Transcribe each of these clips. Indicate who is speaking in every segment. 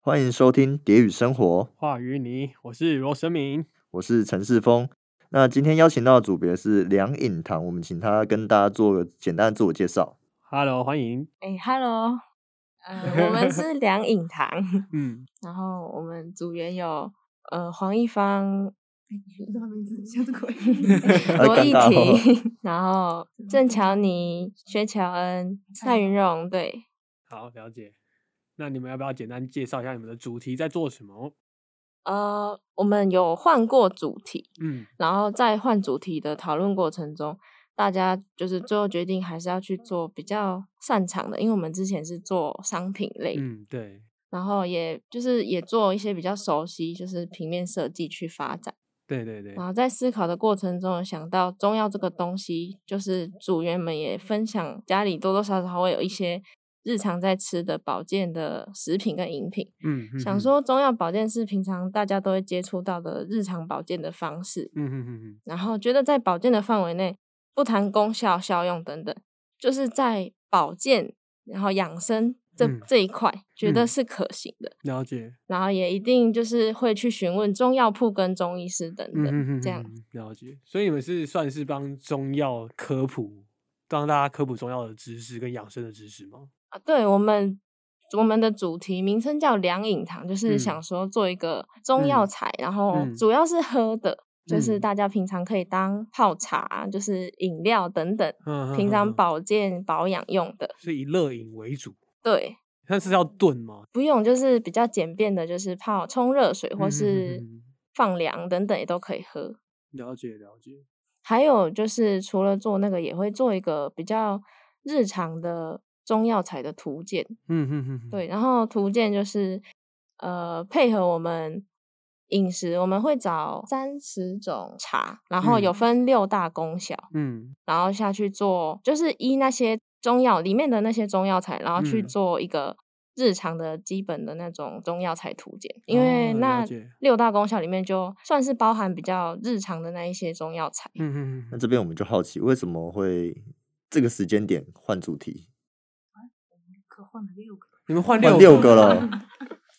Speaker 1: 欢迎收听《蝶语生活》，
Speaker 2: 话与你，我是罗生明。
Speaker 1: 我是陈世峰。那今天邀请到的组别是梁颖堂，我们请他跟大家做个简单的自我介绍。
Speaker 2: Hello，欢迎。
Speaker 3: 哎、h e l l o
Speaker 1: 嗯
Speaker 3: 呃，我们是两影堂，
Speaker 2: 嗯，
Speaker 3: 然后我们组员有呃黄一芳，
Speaker 4: 知道名字，吓死鬼！
Speaker 3: 罗
Speaker 1: 尴
Speaker 3: 艺
Speaker 1: 尬哦
Speaker 3: 婷， 然后郑乔妮、薛乔
Speaker 1: 嗯
Speaker 3: 恩、蔡云荣，对，
Speaker 2: 好，了解。那你们要不要简单介绍一下你们的主题在做什么？
Speaker 3: 呃，我们有换过主题，
Speaker 2: 嗯，
Speaker 3: 然后在换主题的讨论过程中，大家就是最后决定还是要去做比较擅长的，因为我们之前是做商品类，
Speaker 2: 嗯，对，
Speaker 3: 然后也就是也做一些比较熟悉，就是平面设计去发展。
Speaker 2: 对对对
Speaker 3: 然，后在思考的过程中，有想到中药这个东西，就是组员们也分享家里多多少少会有一些日常在吃的保健的食品跟饮品，
Speaker 2: 嗯，嗯
Speaker 3: 想，说中药保健是平常大家都会接触到的日常保健的方式，
Speaker 2: 嗯嗯嗯嗯，
Speaker 3: 然后觉得在保健的范围内，不谈功效、效用等等，就是在保健然后养生这、
Speaker 2: 嗯
Speaker 3: 这一块，觉
Speaker 2: 嗯
Speaker 3: 得是可行的。
Speaker 2: 了解，
Speaker 3: 然后也一定就是会去询问中药铺跟中医师等
Speaker 2: 嗯
Speaker 3: 等，
Speaker 2: 嗯嗯，
Speaker 3: 这样
Speaker 2: 嗯嗯了解。所以你们是算是帮中药科普，帮大家科普中药的知识跟养生的知识吗？
Speaker 3: 啊，对我们我们的主题名称叫两饮堂，就
Speaker 2: 嗯
Speaker 3: 是想说做一个中药
Speaker 2: 嗯
Speaker 3: 材，然后
Speaker 2: 嗯
Speaker 3: 主要是喝的，就是
Speaker 2: 嗯
Speaker 3: 大家平常可以当泡茶，就是饮料等等，
Speaker 2: 嗯，嗯
Speaker 3: 平
Speaker 2: 嗯
Speaker 3: 常
Speaker 2: 嗯
Speaker 3: 保健保养用的。
Speaker 2: 是以热饮为主，
Speaker 3: 对，
Speaker 2: 但是要炖吗？
Speaker 3: 不用就是比较简便的，就是泡冲热水
Speaker 2: 嗯嗯嗯
Speaker 3: 或是
Speaker 2: 嗯嗯
Speaker 3: 放凉等等也都可以喝。
Speaker 2: 了解了解，
Speaker 3: 还有就是除了做那个，也会做一个比较日常的中药材的图鉴。
Speaker 2: 嗯嗯嗯，嗯，
Speaker 3: 对，然后图鉴就是呃配合我们饮食，我们会找三十种茶，然后有
Speaker 2: 嗯
Speaker 3: 分六大功效，
Speaker 2: 嗯
Speaker 3: 然后下去做，就是依那些中药里面的那些中药材，然后去
Speaker 2: 嗯
Speaker 3: 做一个。日常的基本的那种中药材图鉴，因为
Speaker 2: 哦了
Speaker 3: 那
Speaker 2: 解
Speaker 3: 六大功效里面就算是包含比较日常的那一些中药材。
Speaker 2: 嗯嗯嗯
Speaker 1: 那这边我们就好奇，为什么会这个时间点换主题？
Speaker 4: 可换了六个。
Speaker 2: 你们换
Speaker 1: 换
Speaker 2: 六
Speaker 1: 六个了，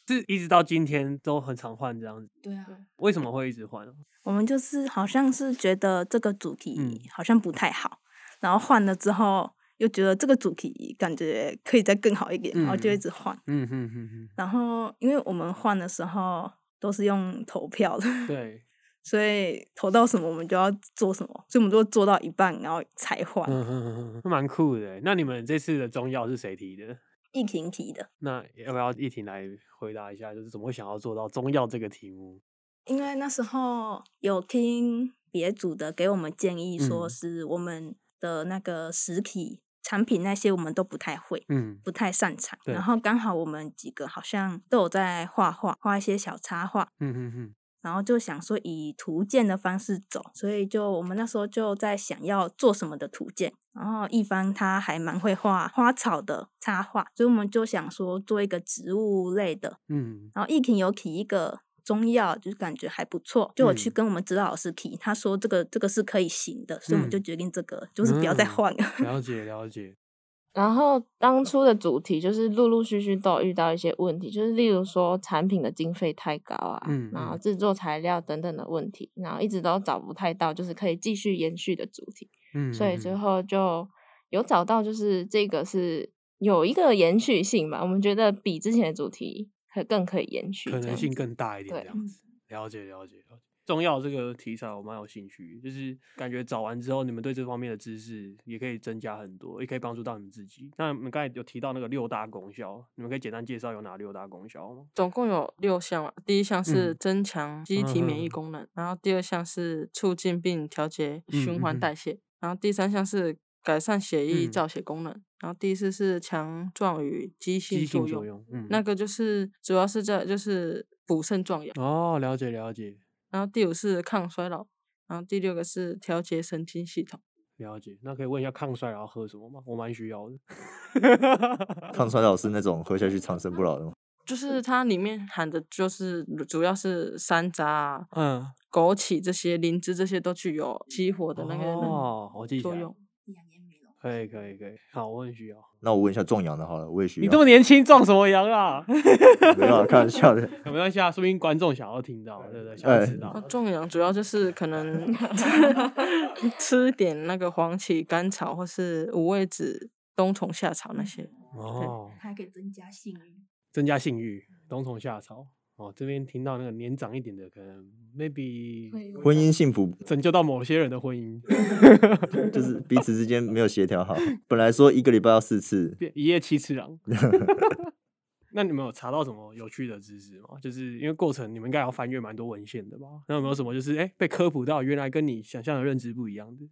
Speaker 2: 是一直到今天都很常换这样子。
Speaker 4: 对啊，
Speaker 2: 为什么会一直换啊？
Speaker 5: 我们就是好像是觉得这个主
Speaker 2: 嗯
Speaker 5: 题好像不太好，然后换了之后又觉得这个主题感觉可以再更好一点，然后就
Speaker 2: 嗯
Speaker 5: 一直换。
Speaker 2: 嗯哼哼
Speaker 5: 然后因为我们换的时候都是用投票的，
Speaker 2: 哼，对，
Speaker 5: 所以投到什么我们就要做什么，所以我们就做到一半然后才换。
Speaker 2: 嗯哼哼哼，那蛮酷的欸。那你们这次的中药是谁提的？
Speaker 5: 疫情提的，
Speaker 2: 那要不要一起来回答一下？就是怎么会想要做到中药这个题目？
Speaker 5: 因为那时候有听别组的给我们建议，说
Speaker 2: 嗯
Speaker 5: 是我们的那个实体产品那些我们都不太会，
Speaker 2: 嗯
Speaker 5: 不太擅长。
Speaker 2: 对
Speaker 5: 然后刚好我们几个好像都有在画画，画一些小插画，
Speaker 2: 嗯哼哼，
Speaker 5: 然后就想说以图鉴的方式走，所以就我们那时候就在想要做什么的图鉴。然后一方他还蛮会画花草的插画，所以我们就想说做一个植物类的。
Speaker 2: 嗯
Speaker 5: 然后一婷有提一个。中药就是感觉还不错，就我去
Speaker 2: 嗯
Speaker 5: 跟我们指导老师提，他说这个这个是可以行的，所以我们就
Speaker 2: 嗯
Speaker 5: 决定这个就是不要再
Speaker 2: 嗯
Speaker 5: 换了。
Speaker 2: 了解了解，
Speaker 3: 然后当初的主题就是陆陆续续都有遇到一些问题，就是例如说产品的经费太高啊，
Speaker 2: 嗯
Speaker 3: 然后
Speaker 2: 嗯
Speaker 3: 制作材料等等的问题，然后一直都找不太到就是可以继续延续的主题，
Speaker 2: 嗯，
Speaker 3: 所以
Speaker 2: 嗯
Speaker 3: 最
Speaker 2: 嗯
Speaker 3: 后就有找到就是这个是有一个延续性吧，我们觉得比之前的主题可更可以延续，
Speaker 2: 可
Speaker 3: 这
Speaker 2: 能
Speaker 3: 样
Speaker 2: 性
Speaker 3: 子
Speaker 2: 更大一点，
Speaker 3: 对
Speaker 2: 这样子。了解了解了解。中药这个题材我蛮有兴趣，就是感觉找完之后，你们对这方面的知识也可以增加很多，也可以帮助到你们自己。那你们刚才有提到那个六大功效，你们可以简单介绍有哪六大功效吗？
Speaker 6: 总共有六项嘛，第一项是
Speaker 2: 嗯
Speaker 6: 增强机体免
Speaker 2: 嗯嗯
Speaker 6: 疫
Speaker 2: 嗯
Speaker 6: 功能，然后第二项是促进并调节
Speaker 2: 嗯
Speaker 6: 循
Speaker 2: 嗯
Speaker 6: 环
Speaker 2: 嗯
Speaker 6: 代谢，然后第三项是改善血液
Speaker 2: 嗯
Speaker 6: 造血功能，然后第四是强壮与肌
Speaker 2: 急
Speaker 6: 性
Speaker 2: 性
Speaker 6: 作
Speaker 2: 作
Speaker 6: 用。
Speaker 2: 用，嗯，
Speaker 6: 那个就是主要是在就是补肾壮阳，
Speaker 2: 哦，了解了解
Speaker 6: 然后第五是抗衰老，然后第六个是调节神经系统。
Speaker 2: 了解。那可以问一下抗衰老喝什么吗？我蛮需要的。
Speaker 1: 抗衰老是那种喝下去长生不老的吗？
Speaker 6: 就是它里面含的，就是主要是山楂、啊、
Speaker 2: 嗯，
Speaker 6: 枸杞这些、灵芝这些都具有激活的那个
Speaker 2: 哦，我记起
Speaker 6: 作
Speaker 2: 来了
Speaker 6: 用。
Speaker 4: 两年没了。
Speaker 2: 可以可以可以，好，我很需要。
Speaker 1: 那我问一下壮阳的好了，我也需要。
Speaker 2: 你这么年轻，撞什么羊啊？
Speaker 1: 没有啊，开玩笑的。
Speaker 2: 没关系啊，说不定观众想要听到，对不对？想
Speaker 1: 哎
Speaker 2: 要知道
Speaker 6: 那。壮阳主要就是可 能吃一点那个黄芪、甘草或是五味子、冬虫夏草那些。
Speaker 2: 哦，
Speaker 4: 还可以增加性欲。
Speaker 2: 增加性欲，冬虫夏草。哦，这边听到那个年长一点的，可能 maybe
Speaker 1: 婚姻幸福
Speaker 2: 拯救到某些人的婚姻，
Speaker 1: 就是彼此之间没有协调好。本来说一个礼拜要四次，
Speaker 2: 变一夜七次 郎。那你们有查到什么有趣的知识吗？就是因为过程你们应该要翻阅蛮多文献的吧？那有没有什么就是哎、被科普到原来跟你想象的认知不一样的？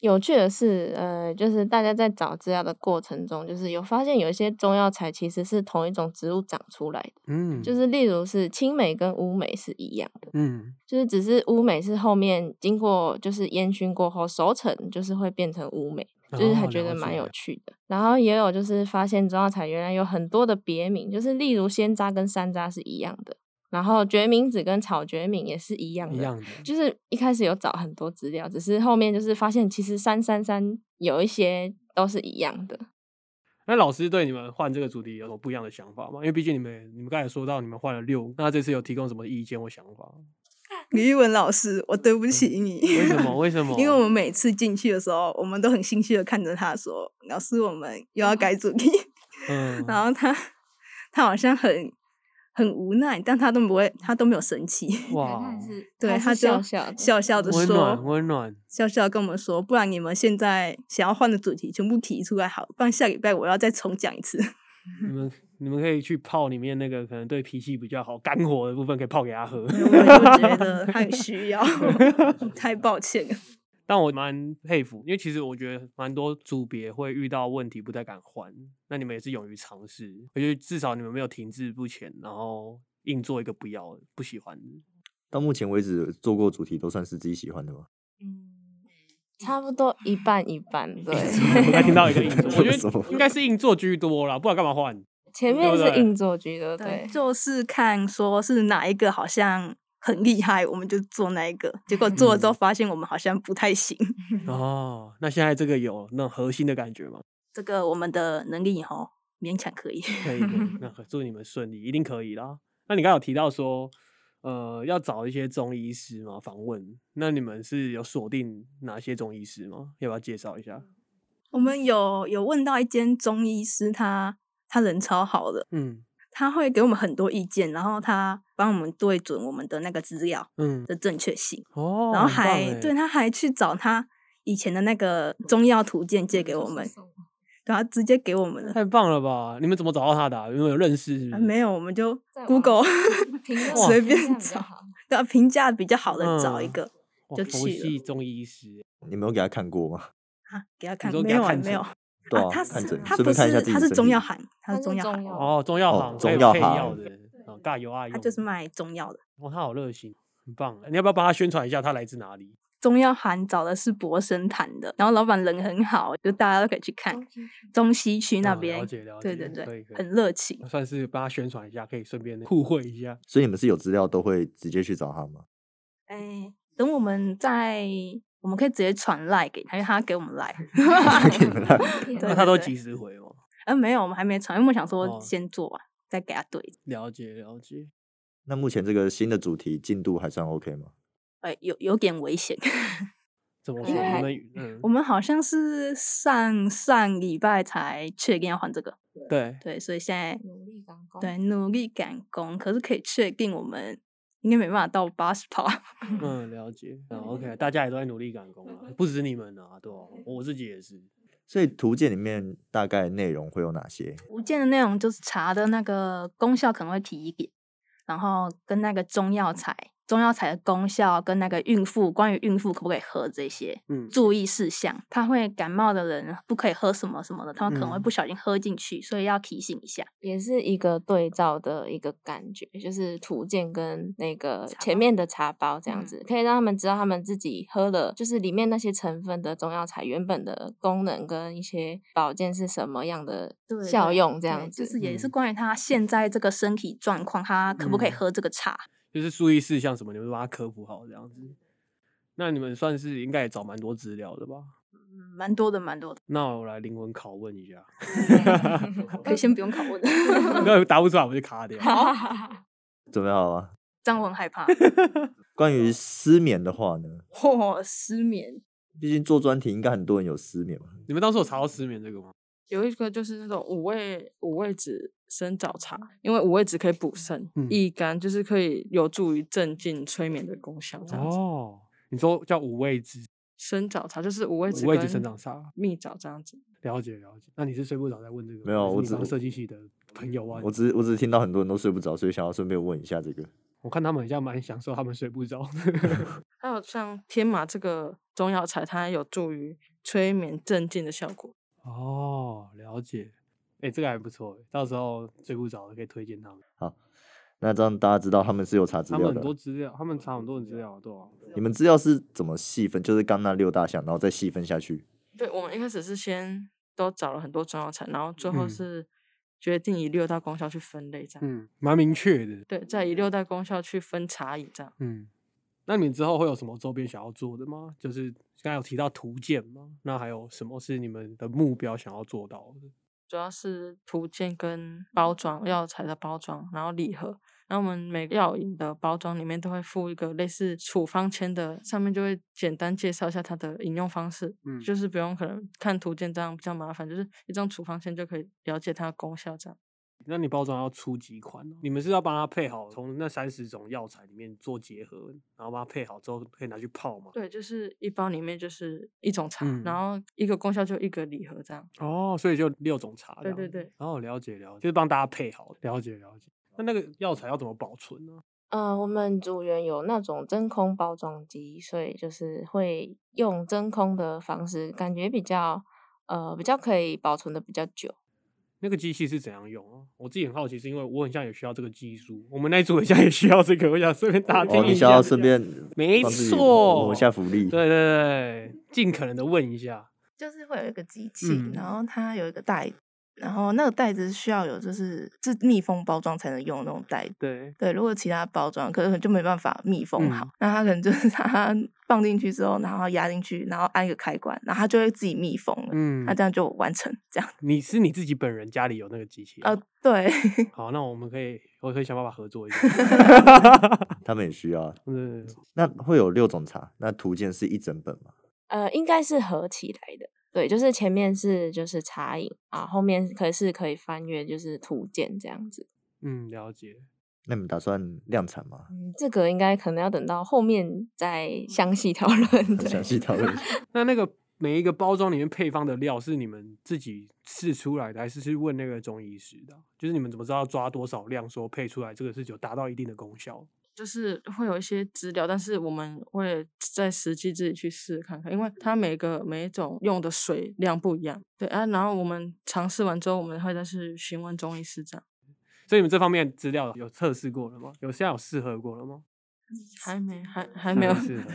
Speaker 3: 有趣的是，呃，就是大家在找资料的过程中，就是有发现有一些中药材其实是同一种植物长出来的，
Speaker 2: 嗯，
Speaker 3: 就是例如是青梅跟乌梅是一样的，
Speaker 2: 嗯
Speaker 3: 就是只是乌梅是后面经过就是烟熏过后熟成，就是会变成乌梅，就是还
Speaker 2: 哦
Speaker 3: 觉
Speaker 2: 了
Speaker 3: 得蛮
Speaker 2: 解
Speaker 3: 有趣的。然后也有就是发现中药材原来有很多的别名，就是例如鲜楂跟山楂是一样的，然后决明子跟草决明也是一样
Speaker 2: 一
Speaker 3: 的，
Speaker 2: 样的，
Speaker 3: 就是一开始有找很多资料，只是后面就是发现其实三三三有一些都是一样
Speaker 2: 嗯
Speaker 3: 的。
Speaker 2: 那老师对你们换这个主题有什么不一样的想法吗？因为毕竟你们你们刚才说到你们换了六，那这次有提供什么意见或想法？
Speaker 5: 李玉文老师，我对不起你。
Speaker 2: 为什么？为什么？
Speaker 5: 因为我们每次进去的时候，我们都很兴趣的看着他说：“老师，我们又要改主题。
Speaker 2: 嗯，
Speaker 5: 然后他他好像很很无奈，但他都不会，他都没有生气。
Speaker 2: 哇，
Speaker 4: 是
Speaker 5: 对，
Speaker 3: 他
Speaker 5: 他
Speaker 3: 是笑
Speaker 5: 就
Speaker 3: 笑的
Speaker 5: 笑笑的
Speaker 2: 温暖
Speaker 5: 说，
Speaker 2: 温暖，
Speaker 5: 笑笑地跟我们说，不然你们现在想要换的主题全部提出来好，不然下礼拜我要再重讲一次。
Speaker 2: 你们你们可以去泡里面那个可能对脾气比较好肝火的部分，可以泡给他喝。
Speaker 5: 我就觉 得他很需要， 太抱歉了。
Speaker 2: 但我蛮佩服，因为其实我觉得蛮多组别会遇到问题不太敢换，那你们也是勇于尝试，我觉得至少你们没有停滞不前，然后硬做一个不要的不喜欢的。
Speaker 1: 到目前为止做过主题都算是自己喜欢的吗？
Speaker 4: 嗯，
Speaker 3: 差不多一半一半， 对。
Speaker 2: 我才听到 一个硬座，我 觉
Speaker 1: 什么
Speaker 2: 得应该是硬座居多啦，不然干嘛换？
Speaker 3: 前
Speaker 2: 对
Speaker 3: 面
Speaker 2: 不
Speaker 3: 是
Speaker 2: 对
Speaker 3: 硬作局的，对。
Speaker 5: 就是看说是哪一个好像很厉害，我们就做那一个。结果做了
Speaker 2: 嗯
Speaker 5: 之后发现我们好像不太行。
Speaker 1: 嗯
Speaker 2: 哦，那现在这个有那种核心的感觉吗？
Speaker 5: 这个我们的能力哈勉强可以。
Speaker 2: 可以，可
Speaker 1: 嗯
Speaker 2: 以，那可祝你们顺利，一定可以啦。那你刚刚有提到说，呃，要找一些中医师嘛访问，那你们是有锁定哪些中医师吗？要不要介绍一下？
Speaker 5: 我们有有问到一间中医师他，他人超好的，
Speaker 2: 嗯
Speaker 5: 他会给我们很多意见，然后他帮我们对准我们的那个资料
Speaker 2: 嗯，
Speaker 5: 的正确性，
Speaker 2: 哦，
Speaker 5: 然后
Speaker 2: 很棒
Speaker 5: 还
Speaker 2: 欸
Speaker 5: 对他还去找他以前的那个中药图鉴
Speaker 2: 嗯
Speaker 5: 借给我们，对他直接给我们了。
Speaker 2: 太棒了吧？你们怎么找到他的啊、你们有认识是不
Speaker 5: 啊
Speaker 2: 是？
Speaker 5: 没有，我们就 Google 随便找，对啊，评价比较好的找一
Speaker 2: 嗯
Speaker 5: 个
Speaker 2: 哇，
Speaker 5: 就
Speaker 2: 佛
Speaker 5: 去了
Speaker 2: 系中医师，
Speaker 1: 你没有给他看过吗？
Speaker 5: 啊，给他看，
Speaker 2: 说
Speaker 5: 没
Speaker 2: 给他
Speaker 5: 有啊
Speaker 2: 看
Speaker 5: 没有，
Speaker 2: 诊
Speaker 5: 啊
Speaker 1: 对啊，
Speaker 5: 他
Speaker 1: 看
Speaker 5: 是
Speaker 1: 诊，
Speaker 5: 他
Speaker 1: 顺
Speaker 5: 不
Speaker 1: 便看一下
Speaker 5: 是
Speaker 1: 自己
Speaker 5: 他是
Speaker 1: 身
Speaker 5: 中
Speaker 1: 体
Speaker 5: 药行，他是中药行，
Speaker 3: 药，
Speaker 2: 哦，中药
Speaker 1: 哦
Speaker 2: 行，
Speaker 1: 中
Speaker 2: 还有
Speaker 1: 药
Speaker 2: 配
Speaker 1: 行
Speaker 2: 药的，哦，大有啊有，
Speaker 5: 他就是卖中药的。
Speaker 2: 哦，他好热心，很棒欸。你要不要帮他宣传一下他来自哪里？
Speaker 5: 中药行找的是博生堂的，然后老板人很好，就大家都可以去看 中西区
Speaker 1: 嗯
Speaker 5: 那
Speaker 2: 哦了
Speaker 5: 边，
Speaker 2: 解了解，
Speaker 5: 对对
Speaker 2: 可以
Speaker 5: 对
Speaker 2: 可，以
Speaker 5: 很热情。
Speaker 2: 算是帮他宣传一下，可以顺便互惠一下。
Speaker 1: 所以你们是有资料都会直接去找他 吗？
Speaker 5: 哎，等我们在，我们可以直接传赖给他，因为他给我 们赖。
Speaker 1: 给你们看，
Speaker 5: 对
Speaker 2: 那他都及时回吗？
Speaker 5: 呃，没有，我们还没传，因为我想
Speaker 2: 哦
Speaker 5: 说先做完，再给他对。
Speaker 2: 了解了解，
Speaker 1: 那目前这个新的主题进度还算 OK 吗？
Speaker 5: 哎，有有点危险。
Speaker 2: 怎么说？
Speaker 3: 因为还
Speaker 2: 你们
Speaker 5: 我
Speaker 2: 嗯，
Speaker 5: 们好像是上上礼拜才确定要换这个，
Speaker 2: 对，
Speaker 5: 对，所以现在
Speaker 3: 努力赶
Speaker 2: 哦
Speaker 3: 工
Speaker 5: 对努力赶工，可是可以确定我们应该没办法到八 十趴。
Speaker 2: 嗯，了解。嗯，OK，大家也都在努力赶工
Speaker 5: 嗯
Speaker 2: 了，不止你们啊，对吧？我自己也是。
Speaker 1: 所以图鉴里面大概内容会有哪些？
Speaker 5: 福建的内容就是茶的那个功效可能会提一点，然后跟那个中药材，中药材的功效跟那个孕妇关于孕妇可不可以喝这些
Speaker 2: 嗯，
Speaker 5: 注意事项，他会感冒的人不可以喝什么什么的，他们可能会
Speaker 2: 嗯
Speaker 5: 不小心喝进去，所以要提醒一下。
Speaker 3: 也是一个对照的一个感觉，就是图鉴跟那个
Speaker 5: 茶
Speaker 3: 前
Speaker 5: 包
Speaker 3: 面的茶包这样
Speaker 5: 嗯
Speaker 3: 子，可以让他们知道他们自己喝了，就是里面那些成分的中药材原本的功能跟一些保健是什么样的
Speaker 5: 对
Speaker 3: 效
Speaker 5: 对
Speaker 3: 用，这
Speaker 5: 对
Speaker 3: 样子。
Speaker 5: 就是也是
Speaker 2: 嗯
Speaker 5: 关于他现在这个身体状况，他可不可以
Speaker 2: 嗯
Speaker 5: 喝这个茶？
Speaker 2: 就是注意事项什么，你们都把它科普好这样子。那你们算是应该也找蛮多资料的吧？
Speaker 7: 嗯蛮多的，蛮多的，
Speaker 2: 那我来灵魂拷问一下， 嗯
Speaker 7: 可以先不用拷问，
Speaker 2: 那答不出来我就卡掉。
Speaker 1: 准备好了吗？
Speaker 7: 这样我很害怕。
Speaker 1: 啊关于失眠的话呢，
Speaker 7: 嚯，失眠，
Speaker 1: 毕竟做专题应该很多人有失眠嘛。
Speaker 2: 你们当时有查到失眠这个吗？
Speaker 6: 有一个就是那种五味五味子参枣茶，因为五味子可以补肾、
Speaker 2: 嗯
Speaker 6: 益肝，就是可以有助于镇静、催眠的功效。这样子，
Speaker 2: 哦，你说叫五味子，
Speaker 6: 参、枣茶就是五味子
Speaker 2: 五味子
Speaker 6: 跟
Speaker 2: 参枣茶
Speaker 6: 蜜枣这样子。
Speaker 2: 了解了解。那你是睡不着在问这个吗？
Speaker 1: 没有
Speaker 2: 还是
Speaker 1: 我
Speaker 2: 你
Speaker 1: 只
Speaker 2: 当设计系的朋友啊，
Speaker 1: 我只我只听到很多人都睡不着，所以想要顺便问一下这个。
Speaker 2: 我看他们好像蛮享受他们睡不着。
Speaker 6: 还有像天麻这个中药材，它有助于催眠镇静的效果。
Speaker 2: 哦，了解。哎、这个还不错欸，到时候睡不着的可以推荐他们。
Speaker 1: 那这样大家知道他们是有查资
Speaker 2: 他
Speaker 1: 料
Speaker 2: 们很
Speaker 1: 的
Speaker 2: 多。资料，他们查很多人资料，对啊。
Speaker 1: 你们资料是怎么细分？就是刚那六大项，然后再细分下去。
Speaker 6: 对我们一开始是先都找了很多中药材，然后最后
Speaker 2: 嗯
Speaker 6: 是决定以六大功效去分类这样。
Speaker 2: 嗯，蛮明确的。
Speaker 6: 对，再以六大功效去分茶饮这样。
Speaker 2: 嗯，那你们之后会有什么周边想要做的吗？就是刚才有提到图鉴吗？那还有什么是你们的目标想要做到的？
Speaker 6: 主要是图鉴跟包装药材的包装，然后礼盒。然后我们每个药饮的包装里面都会附一个类似处方签的，上面就会简单介绍一下它的饮用方式，
Speaker 2: 嗯
Speaker 6: 就是不用可能看图鉴这样比较麻烦，就是一张处方签就可以了解它的功效这样。
Speaker 2: 那你包装要出几款呢？你们是要帮它配好，从那三十种药材里面做结合，然后把它配好之后可以拿去泡吗？
Speaker 6: 对，就是一包里面就是一种茶，
Speaker 2: 嗯
Speaker 6: 然后一个功效就一个礼盒这样。
Speaker 2: 哦，所以就六种茶。
Speaker 6: 对对对。
Speaker 2: 哦，了解了解，就是帮大家配好，了解了解。那那个药材要怎么保存呢？
Speaker 3: 呃，我们组员有那种真空包装机，所以就是会用真空的方式，感觉比较呃比较可以保存的比较久。
Speaker 2: 那个机器是怎样用啊？我自己很好奇，是因为我很像也需要这个技术，我们那一组很像也需要这个，我想顺便打听
Speaker 1: 哦，你
Speaker 2: 一
Speaker 1: 想
Speaker 2: 下
Speaker 1: 要
Speaker 2: 这
Speaker 1: 顺
Speaker 2: 样
Speaker 1: 便
Speaker 2: 没
Speaker 1: 帮自己
Speaker 2: 错
Speaker 1: 谋一下福利。
Speaker 2: 对对对，尽可能的问一下。
Speaker 8: 就是会有一个机器，
Speaker 2: 嗯
Speaker 8: 然后它有一个袋子，然后那个袋子需要有就是是密封包装才能用的那种袋子。
Speaker 2: 对，
Speaker 8: 对，如果其他包装可能就没办法密封好，
Speaker 2: 嗯
Speaker 8: 那它可能就是 它放进去之后，然后压进去，然后按一个开关，然后它就会自己密封了。
Speaker 2: 嗯
Speaker 8: 那这样就完成这样。
Speaker 2: 你是你自己本人家里有那个机器啊
Speaker 8: 呃，
Speaker 5: 哦
Speaker 8: 对，
Speaker 2: 好，那我们可以，我可以想办法合作一下。
Speaker 1: 他们也需要。
Speaker 2: 嗯，
Speaker 1: 那会有六种茶，那图鉴是一整本嘛？
Speaker 3: 呃，应该是合起来的。对，就是前面是就是茶饮啊，后面可是可以翻阅就是图鉴这样子。
Speaker 2: 嗯，了解。
Speaker 1: 那你们打算量产 吗？
Speaker 3: 嗯，这个应该可能要等到后面再详细讨论。
Speaker 1: 很
Speaker 3: 对
Speaker 1: 详细讨论一 下。
Speaker 2: 那那个每一个包装里面配方的料是你们自己试出来的，还是去问那个中医师的啊？就是你们怎么知道抓多少量，说配出来这个是有达到一定的功效？
Speaker 6: 就是会有一些资料，但是我们会在实际自己去试看看，因为它每个每一种用的水量不一样，对啊，然后我们尝试完之后，我们会再去询问中医师这样。
Speaker 2: 所以你们这方面资料有测试过了吗？有现在有试喝过了吗？
Speaker 6: 还没，还还没有，
Speaker 2: 试喝。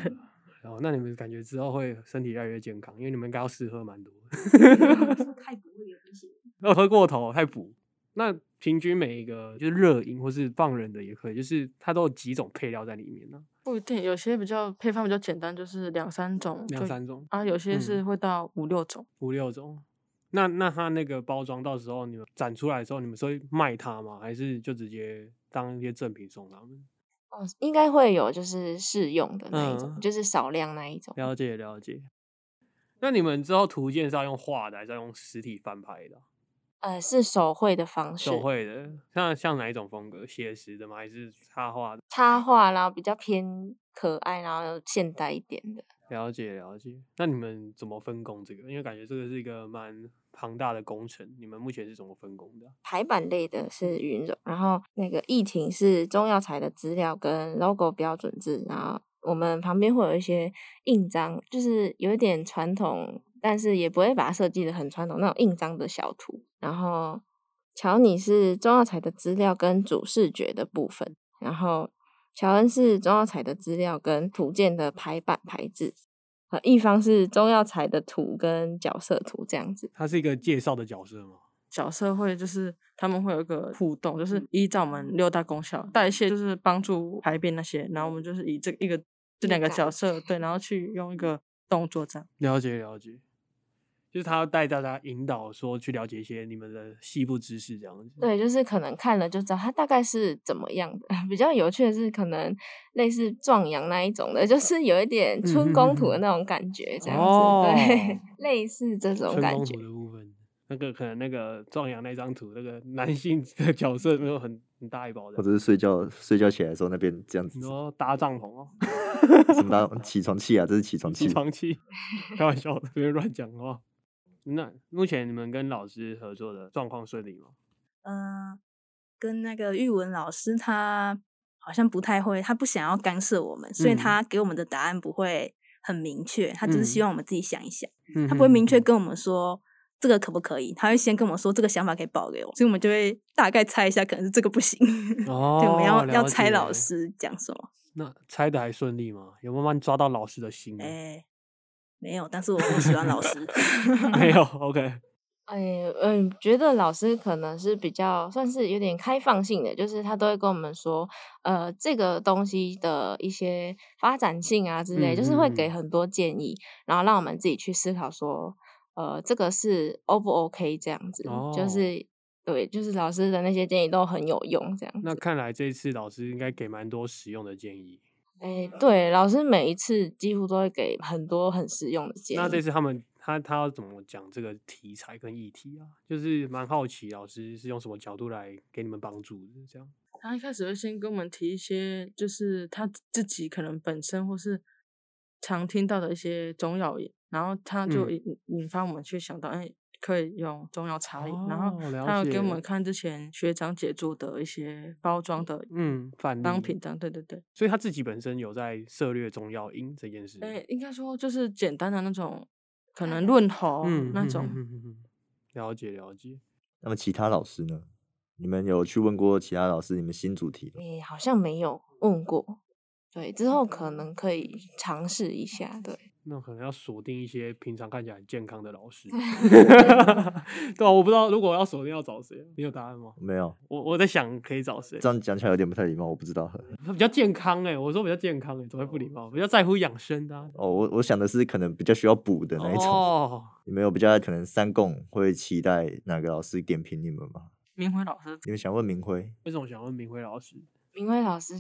Speaker 2: 然后，那你们感觉之后会身体越来越健康，因为你们应该要试喝蛮多的。
Speaker 4: 太不会有 一些
Speaker 2: 那喝过头太补。那平均每一个就是热饮或是放冷的也可以，就是它都有几种配料在里面呢、
Speaker 6: 不一定，有些比较配方比较简单，就是两三种，
Speaker 2: 两
Speaker 6: 就
Speaker 2: 三种
Speaker 6: 啊，有些
Speaker 2: 嗯
Speaker 6: 是会到五六种。
Speaker 2: 五六种。那那它那个包装到时候你们展出来的时候，你们是会卖它吗？还是就直接当一些赠品送他们？
Speaker 3: 哦，应该会有就是试用的那一种，
Speaker 2: 嗯
Speaker 3: 就是少量那一种。
Speaker 2: 了解了解。那你们之后图鉴是要用画的，还是要用实体翻拍的啊？
Speaker 3: 呃，是手绘的方式，
Speaker 2: 手绘的，那像哪一种风格？写实的吗？还是插画的？
Speaker 3: 插画，然后比较偏可爱，然后现代一点的。
Speaker 2: 了解了解，那你们怎么分工这个？因为感觉这个是一个蛮庞大的工程，你们目前是怎么分工的啊？
Speaker 3: 排版类的是云柔，然后那个议婷是中药材的资料跟 logo 标准字，然后我们旁边会有一些印章，就是有一点传统，但是也不会把它设计的很传统那种印章的小图。然后乔你是中药材的资料跟主视觉的部分，然后乔恩是中药材的资料跟图鉴的排版排字。呃，一方是中药材的图跟角色图这样子，
Speaker 2: 它是一个介绍的角色吗？
Speaker 6: 角色会就是他们会有一个互动，就是
Speaker 2: 嗯
Speaker 6: 依照我们六大功效代谢，就是帮助排便那些，然后我们就是以这一个这
Speaker 3: 美
Speaker 6: 两个
Speaker 3: 感
Speaker 6: 角色对，然后去用一个动作这样。
Speaker 2: 了解了解。就是他要带大家引导说去了解一些你们的细部知识这样子。
Speaker 3: 对，就是可能看了就知道它大概是怎么样的。 比较有趣的是，可能类似壮阳那一种的，就是有一
Speaker 2: 嗯
Speaker 3: 点春宫图的那种感觉，这样子。对
Speaker 2: 哦，
Speaker 3: 类似这种
Speaker 2: 春
Speaker 3: 感
Speaker 2: 宫
Speaker 3: 觉
Speaker 2: 图。的部分，那个可能那个壮阳那张图，那个男性的角色没有很很大一包
Speaker 1: 或
Speaker 2: 的
Speaker 1: 者。是睡觉睡觉起来的时候那边这样子
Speaker 2: 你，说搭帐篷哦，
Speaker 1: 什么搭起床气啊，这是起床
Speaker 2: 起
Speaker 1: 气。
Speaker 2: 床气，开玩笑的，别乱讲话。那目前你们跟老师合作的状况顺利吗？
Speaker 7: 嗯，跟那个玉文老师他好像不太会，他不想要干涉我们，所以
Speaker 2: 嗯
Speaker 7: 他给我们的答案不会很明确，他就是希
Speaker 2: 嗯
Speaker 7: 望我们自己想一想，
Speaker 2: 嗯
Speaker 7: 他不会明确
Speaker 2: 哼
Speaker 7: 跟我们说。这个可不可以？他会先跟我们说这个想法可以报给我，所以我们就会大概猜一下，可能是这个不行。
Speaker 2: 哦，
Speaker 7: 对，我们要要
Speaker 2: 了
Speaker 7: 猜老
Speaker 2: 解。
Speaker 7: 师讲什么。
Speaker 2: 那猜的还顺利吗？有慢慢抓到老师的心啊吗？
Speaker 7: 哎、没有，但是我很喜欢老师。
Speaker 2: 没有，OK，
Speaker 3: 哎，嗯，觉得老师可能是比较算是有点开放性的，就是他都会跟我们说，呃，这个东西的一些发展性啊之类，就是会
Speaker 2: 嗯
Speaker 3: 给
Speaker 2: 嗯嗯
Speaker 3: 很多建议，然后让我们自己去思考说，呃，这个是 O 不 OK 这样子，
Speaker 2: 哦
Speaker 3: 就是对，就是老师的那些建议都很有用这样子。
Speaker 2: 那看来这次老师应该给蛮多实用的建议。
Speaker 3: 哎，对，老师每一次几乎都会给很多很实用的建议。
Speaker 2: 那这次他们他他要怎么讲这个题材跟议题啊？就是蛮好奇老师是用什么角度来给你们帮助的？这样，
Speaker 6: 他一开始会先跟我们提一些，就是他自己可能本身或是常听到的一些中药饮，然后他就
Speaker 2: 嗯
Speaker 6: 引、引发我们去想到，哎，可以用中药茶饮，然后
Speaker 2: 哦了
Speaker 6: 他有给我
Speaker 2: 解
Speaker 6: 们看之前学长姐做的一些包装的
Speaker 2: 嗯，反
Speaker 6: 商品这样，对对对，
Speaker 2: 所以他自己本身有在涉略中药因这件事。
Speaker 6: 哎，应该说就是简单的那种，可
Speaker 3: 大概
Speaker 6: 能润
Speaker 7: 哦
Speaker 6: 喉那
Speaker 2: 嗯
Speaker 6: 种。
Speaker 2: 嗯嗯嗯嗯了解了解。
Speaker 1: 那么其他老师呢？你们有去问过其他老师你们新主题吗？
Speaker 3: 诶，好像没有问过。对，之后可能可以尝试一下。对，
Speaker 2: 那可能要锁定一些平常看起来很健康的老 师，对啊，我不知道如果要锁定要找谁，你有答案吗？
Speaker 1: 没有，
Speaker 2: 我我在想可以找谁，
Speaker 1: 这样讲起来有点不太礼貌，我不知道。
Speaker 2: 比较健康哎、我说比较健康哎、怎么会不礼貌？比较在乎养生的、啊、
Speaker 1: 哦，我我想的是可能比较需要补的那一种。
Speaker 2: 哦，
Speaker 1: 你们有比较可能三共会期待哪个老师点评你们吗？
Speaker 6: 明辉老师
Speaker 1: 你们想问明辉？
Speaker 2: 为什么想问明辉老师？
Speaker 3: 明慧老师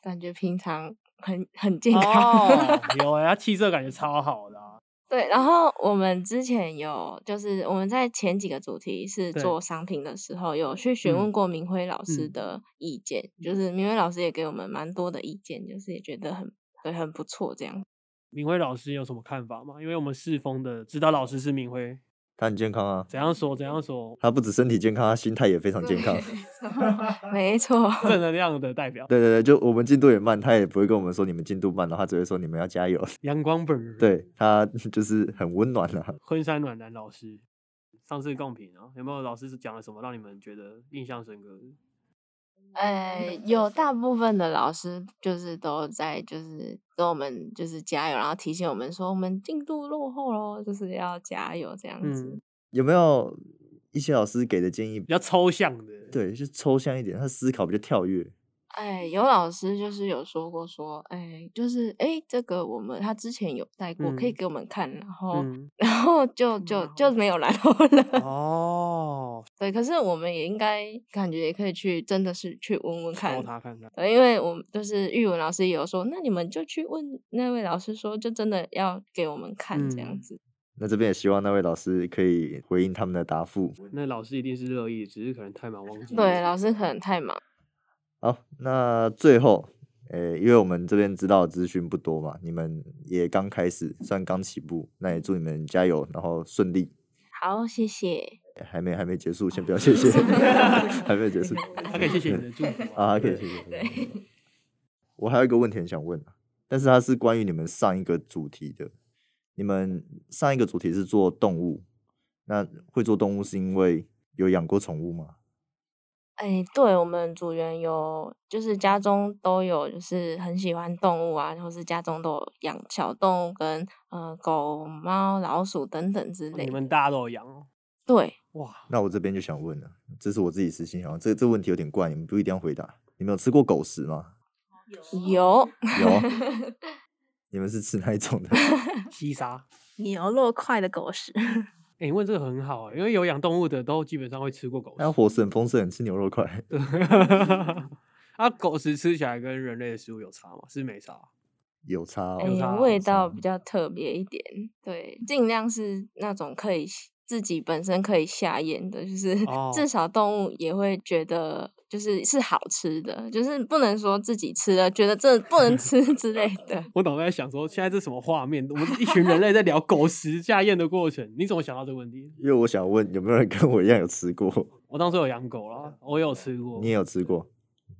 Speaker 3: 感觉平常很很健康。
Speaker 2: 哦， 有哎、他气色感觉超好的、啊，
Speaker 3: 对，然后我们之前有，就是我们在前几个主题是
Speaker 2: 对
Speaker 3: 做商品的时候，有去询问
Speaker 2: 嗯
Speaker 3: 过明辉老师
Speaker 2: 嗯
Speaker 3: 的意见，就是明辉老师也给我们蛮多的意见，就是也觉得很对，很不错这样。
Speaker 2: 明辉老师有什么看法吗？因为我们世峰的指导老师是明辉，
Speaker 1: 他很健康啊，
Speaker 2: 怎样说怎样说，
Speaker 1: 他不止身体健康，他心态也非常健康。
Speaker 3: 没错，
Speaker 2: 正能量的代表，
Speaker 1: 对对对，就我们进度也慢，他也不会跟我们说你们进度慢了，他只会说你们要加油。
Speaker 2: 阳光本人，，
Speaker 1: 对他就是很温暖 啊。
Speaker 2: 婚山暖男老师，上次共评啊，有没有老师是讲了什么让你们觉得印象深刻的？
Speaker 3: 呃，有大部分的老师就是都在就是跟我们就是加油，然后提醒我们说我们进度落后喽，就是要加油这样子。
Speaker 2: 嗯，
Speaker 1: 有没有一些老师给的建议
Speaker 2: 比？较抽象的，，
Speaker 1: 对，就抽象一点，他思考比较跳跃。
Speaker 3: 哎，有老师就是有说过说，哎，就是哎，这个我们他之前有带过，可以
Speaker 2: 嗯
Speaker 3: 给我们看，然后、
Speaker 2: 嗯，
Speaker 3: 然后就就就没有然后了。
Speaker 2: 哦，
Speaker 3: 对，可是我们也应该感觉也可以去，真的是去问问
Speaker 2: 敲
Speaker 3: 看。
Speaker 2: 他看看，
Speaker 3: 对，因为我们就是玉文老师也有说，那你们就去问那位老师说，就真的要给我们看这样
Speaker 2: 嗯
Speaker 3: 子。
Speaker 1: 那这边也希望那位老师可以回应他们的答复。
Speaker 2: 那老师一定是乐意，只是可能太忙忘记了，
Speaker 3: 对，老师可能太忙。
Speaker 1: 好，那最后，呃，因为我们这边知道的资讯不多嘛，你们也刚开始，算刚起步，那也祝你们加油，然后顺利。
Speaker 3: 好，谢谢。
Speaker 1: 呃还没还没结束，先不要谢 谢，还没有 结束。
Speaker 2: 他可以谢谢你的祝福
Speaker 1: 啊，还可以谢谢。我还有一个问题很想问啊，但是它是关于你们上一个主题的。你们上一个主题是做动物，那会做动物是因为有养过宠物吗？
Speaker 3: 哎，对我们组员有，就是家中都有，就是很喜欢动物啊，或是家中都有养小动物跟呃狗、猫、老鼠等等之类
Speaker 2: 哦你
Speaker 3: 的。
Speaker 2: 们大家都有养哦，
Speaker 3: 对，
Speaker 2: 哇，
Speaker 1: 那我这边就想问了，这是我自己私心想问，这这问题有点怪，你们不一定要回答。你们有吃过狗食吗？
Speaker 2: 哦
Speaker 3: 有
Speaker 1: 有啊，你们是吃哪一种的？
Speaker 2: 西沙，
Speaker 7: 牛肉块的狗屎，
Speaker 2: 哎、你问这个很好、欸，因为有养动物的都基本上会吃过狗
Speaker 1: 那
Speaker 2: 食。
Speaker 1: 伙食很丰盛，吃牛肉块。
Speaker 2: 对 啊，狗食吃起来跟人类的食物有差吗？是没差啊、
Speaker 1: 有差、哦，
Speaker 2: 有差
Speaker 3: 哎，
Speaker 2: 啊
Speaker 3: 味
Speaker 1: 有差
Speaker 3: 道比较特别一点，对，尽量是那种可以自己本身可以下咽的，就是
Speaker 2: 哦
Speaker 3: 至少动物也会觉得就是是好吃的，就是不能说自己吃了觉得这不能吃之类的。
Speaker 2: 我脑袋在想说，现在这什么画面？我们一群人类在聊 狗食下咽的过程，你怎么想到这个问题？
Speaker 1: 因为我想问有没有人跟我一样有吃过？
Speaker 2: 我当时有养狗啦，我也有吃过。
Speaker 1: 你也有吃过？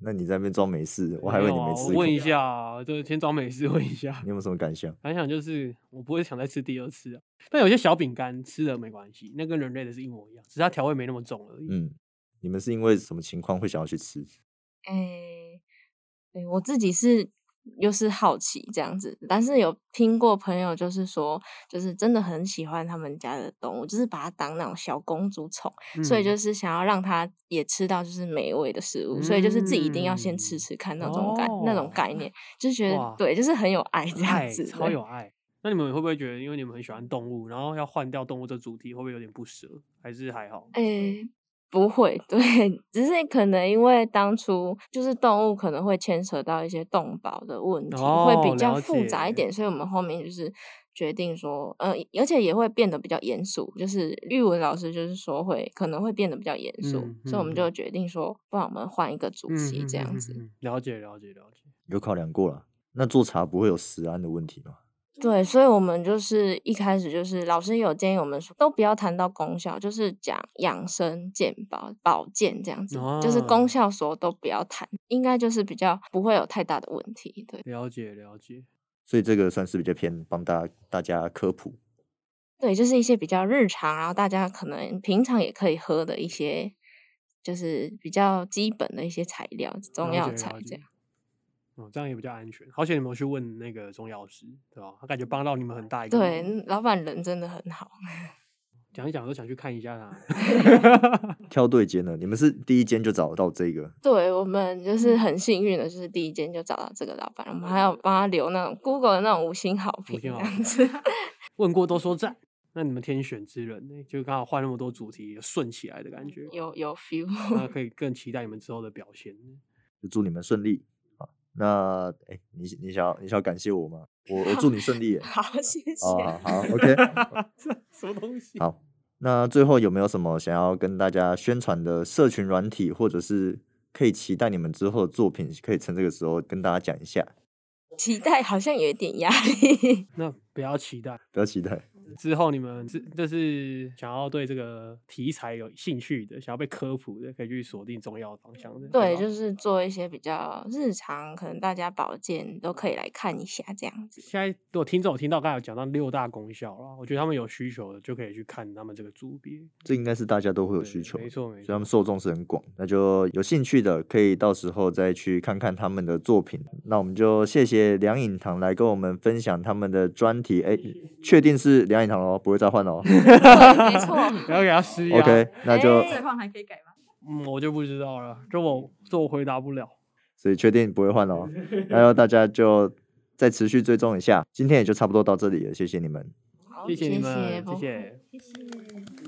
Speaker 1: 那你在那边装没事，我还以为
Speaker 2: 没有
Speaker 1: 你
Speaker 2: 啊
Speaker 1: 没吃
Speaker 2: 我
Speaker 1: 过。
Speaker 2: 问一
Speaker 1: 你
Speaker 2: 下啊，就是先找美食问一下。
Speaker 1: 有没有什么感想？
Speaker 2: 感想就是，我不会想再吃第二次啊。但有些小饼干吃了没关系，那跟人类的是一模一样，只是它调味没那么重而已。
Speaker 1: 嗯，你们是因为什么情况会想要去吃？
Speaker 3: 哎、对我自己是又是好奇这样子，但是有听过朋友就是说，就是真的很喜欢他们家的动物，就是把它当那种小公主宠。所
Speaker 2: 嗯
Speaker 3: 以就是想要让他也吃到就是美味的食物，所以就是自己一定要先吃
Speaker 2: 嗯
Speaker 3: 吃看那种感、那
Speaker 2: 哦
Speaker 3: 种概念，就是觉
Speaker 2: 哇
Speaker 3: 得对，就是很有爱这样
Speaker 2: 爱
Speaker 3: 子，
Speaker 2: 超
Speaker 3: 对
Speaker 2: 有爱。那你们会不会觉得，因为你们很喜欢动物，然后要换掉动物这主题，会不会有点不舍？还是还好？
Speaker 3: 诶、不会，对， 只是可能因为当初就是动物可能会牵扯到一些动保的问题，会
Speaker 2: 哦
Speaker 3: 比较
Speaker 2: 了
Speaker 3: 复杂一
Speaker 2: 解
Speaker 3: 点，所以我们后面就是决定说，呃，而且也会变得比较严肃，就是玉文老师就是说会可能会变得比较严肃，
Speaker 2: 嗯
Speaker 3: 所以我们
Speaker 2: 嗯
Speaker 3: 就
Speaker 2: 嗯
Speaker 3: 决定说，不然我们换一个主题这样子。
Speaker 2: 嗯嗯嗯嗯了解了解了解。
Speaker 1: 有考量过了？那做茶不会有食安的问题吗？
Speaker 3: 对，所以我们就是一开始就是老师有建议我们说，都不要谈到功效，就是讲养生、健保、保健这样子，就是
Speaker 2: 哦
Speaker 3: 功效所都不要谈，应该就是比较不会有太大的问题。对，
Speaker 2: 了解了解，
Speaker 1: 所以这个算是比较偏帮大家大家科普。
Speaker 3: 对，就是一些比较日常，然后大家可能平常也可以喝的一些，就是比较基本的一些材料，中
Speaker 2: 了
Speaker 3: 药
Speaker 2: 解
Speaker 3: 材
Speaker 2: 了
Speaker 3: 这
Speaker 2: 解
Speaker 3: 样。
Speaker 2: 嗯，这样也比较安全。好险你们有去问那个中药师，对吧？他感觉帮到你们很大一个忙。
Speaker 3: 对，嗯老板人真的很好。
Speaker 2: 讲一讲都想去看一下他。
Speaker 1: 挑对间呢？你们是第一间就找到这个，
Speaker 3: 对我们就是
Speaker 2: 嗯
Speaker 3: 很幸运的，就是第一间就找到这个老板，我们还有帮他留那种 Google 的那种五星好评这
Speaker 2: 星好
Speaker 3: 样
Speaker 2: 评
Speaker 3: 子。
Speaker 2: 问过都说赞，那你们天选之人呢、就刚好换那么多主题，有顺起来的感觉，
Speaker 3: 有有 feel。
Speaker 2: 那可以更期待你们之后的表现。
Speaker 1: 就祝你们顺利啊。那哎、你你想要你想要感谢我吗？我我祝你顺利耶。
Speaker 3: 好，谢 谢。
Speaker 1: 哦， 好，OK，
Speaker 2: 这什么东西？
Speaker 1: 好。那最后有没有什么想要跟大家宣传的社群软体，或者是可以期待你们之后的作品，可以趁这个时候跟大家讲一下？
Speaker 3: 期待好像有一点压力。
Speaker 2: 那不要期待
Speaker 1: 不要期待，
Speaker 2: 之后你们是就是想要对这个题材有兴趣的，想要被科普的，可以去锁定中药方向的。
Speaker 3: 对，
Speaker 2: 吧
Speaker 3: 就是做一些比较日常，可能大家保健都可以来看一下这样 子。
Speaker 2: 现在如果听众有听到刚才有讲到六大功效啦，我觉得他们有需求的就可以去看他们这个组别。
Speaker 1: 这应该是大家都会有需
Speaker 2: 对
Speaker 1: 求的，
Speaker 2: 没错
Speaker 1: 所
Speaker 2: 没
Speaker 1: 以他
Speaker 2: 错
Speaker 1: 们。受众是很广。那就有兴趣的可以到时候再去看看他们的作品。那我们就谢谢梁颖堂来跟我们分享他们的专题。哎，确定是梁颖堂哦，不会再换哦。
Speaker 3: 对，没错。
Speaker 2: 不要给他施压。
Speaker 1: OK，那就
Speaker 3: 哎
Speaker 7: 换还可以改吗？
Speaker 2: 嗯，我就不知道了，这我这我回答不了。
Speaker 1: 所以确定不会换哦。然后大家就再持续追踪一下。今天也就差不多到这里了，谢谢你们。
Speaker 3: 好
Speaker 2: 谢谢你们，
Speaker 3: 不
Speaker 2: 谢谢
Speaker 4: 谢谢。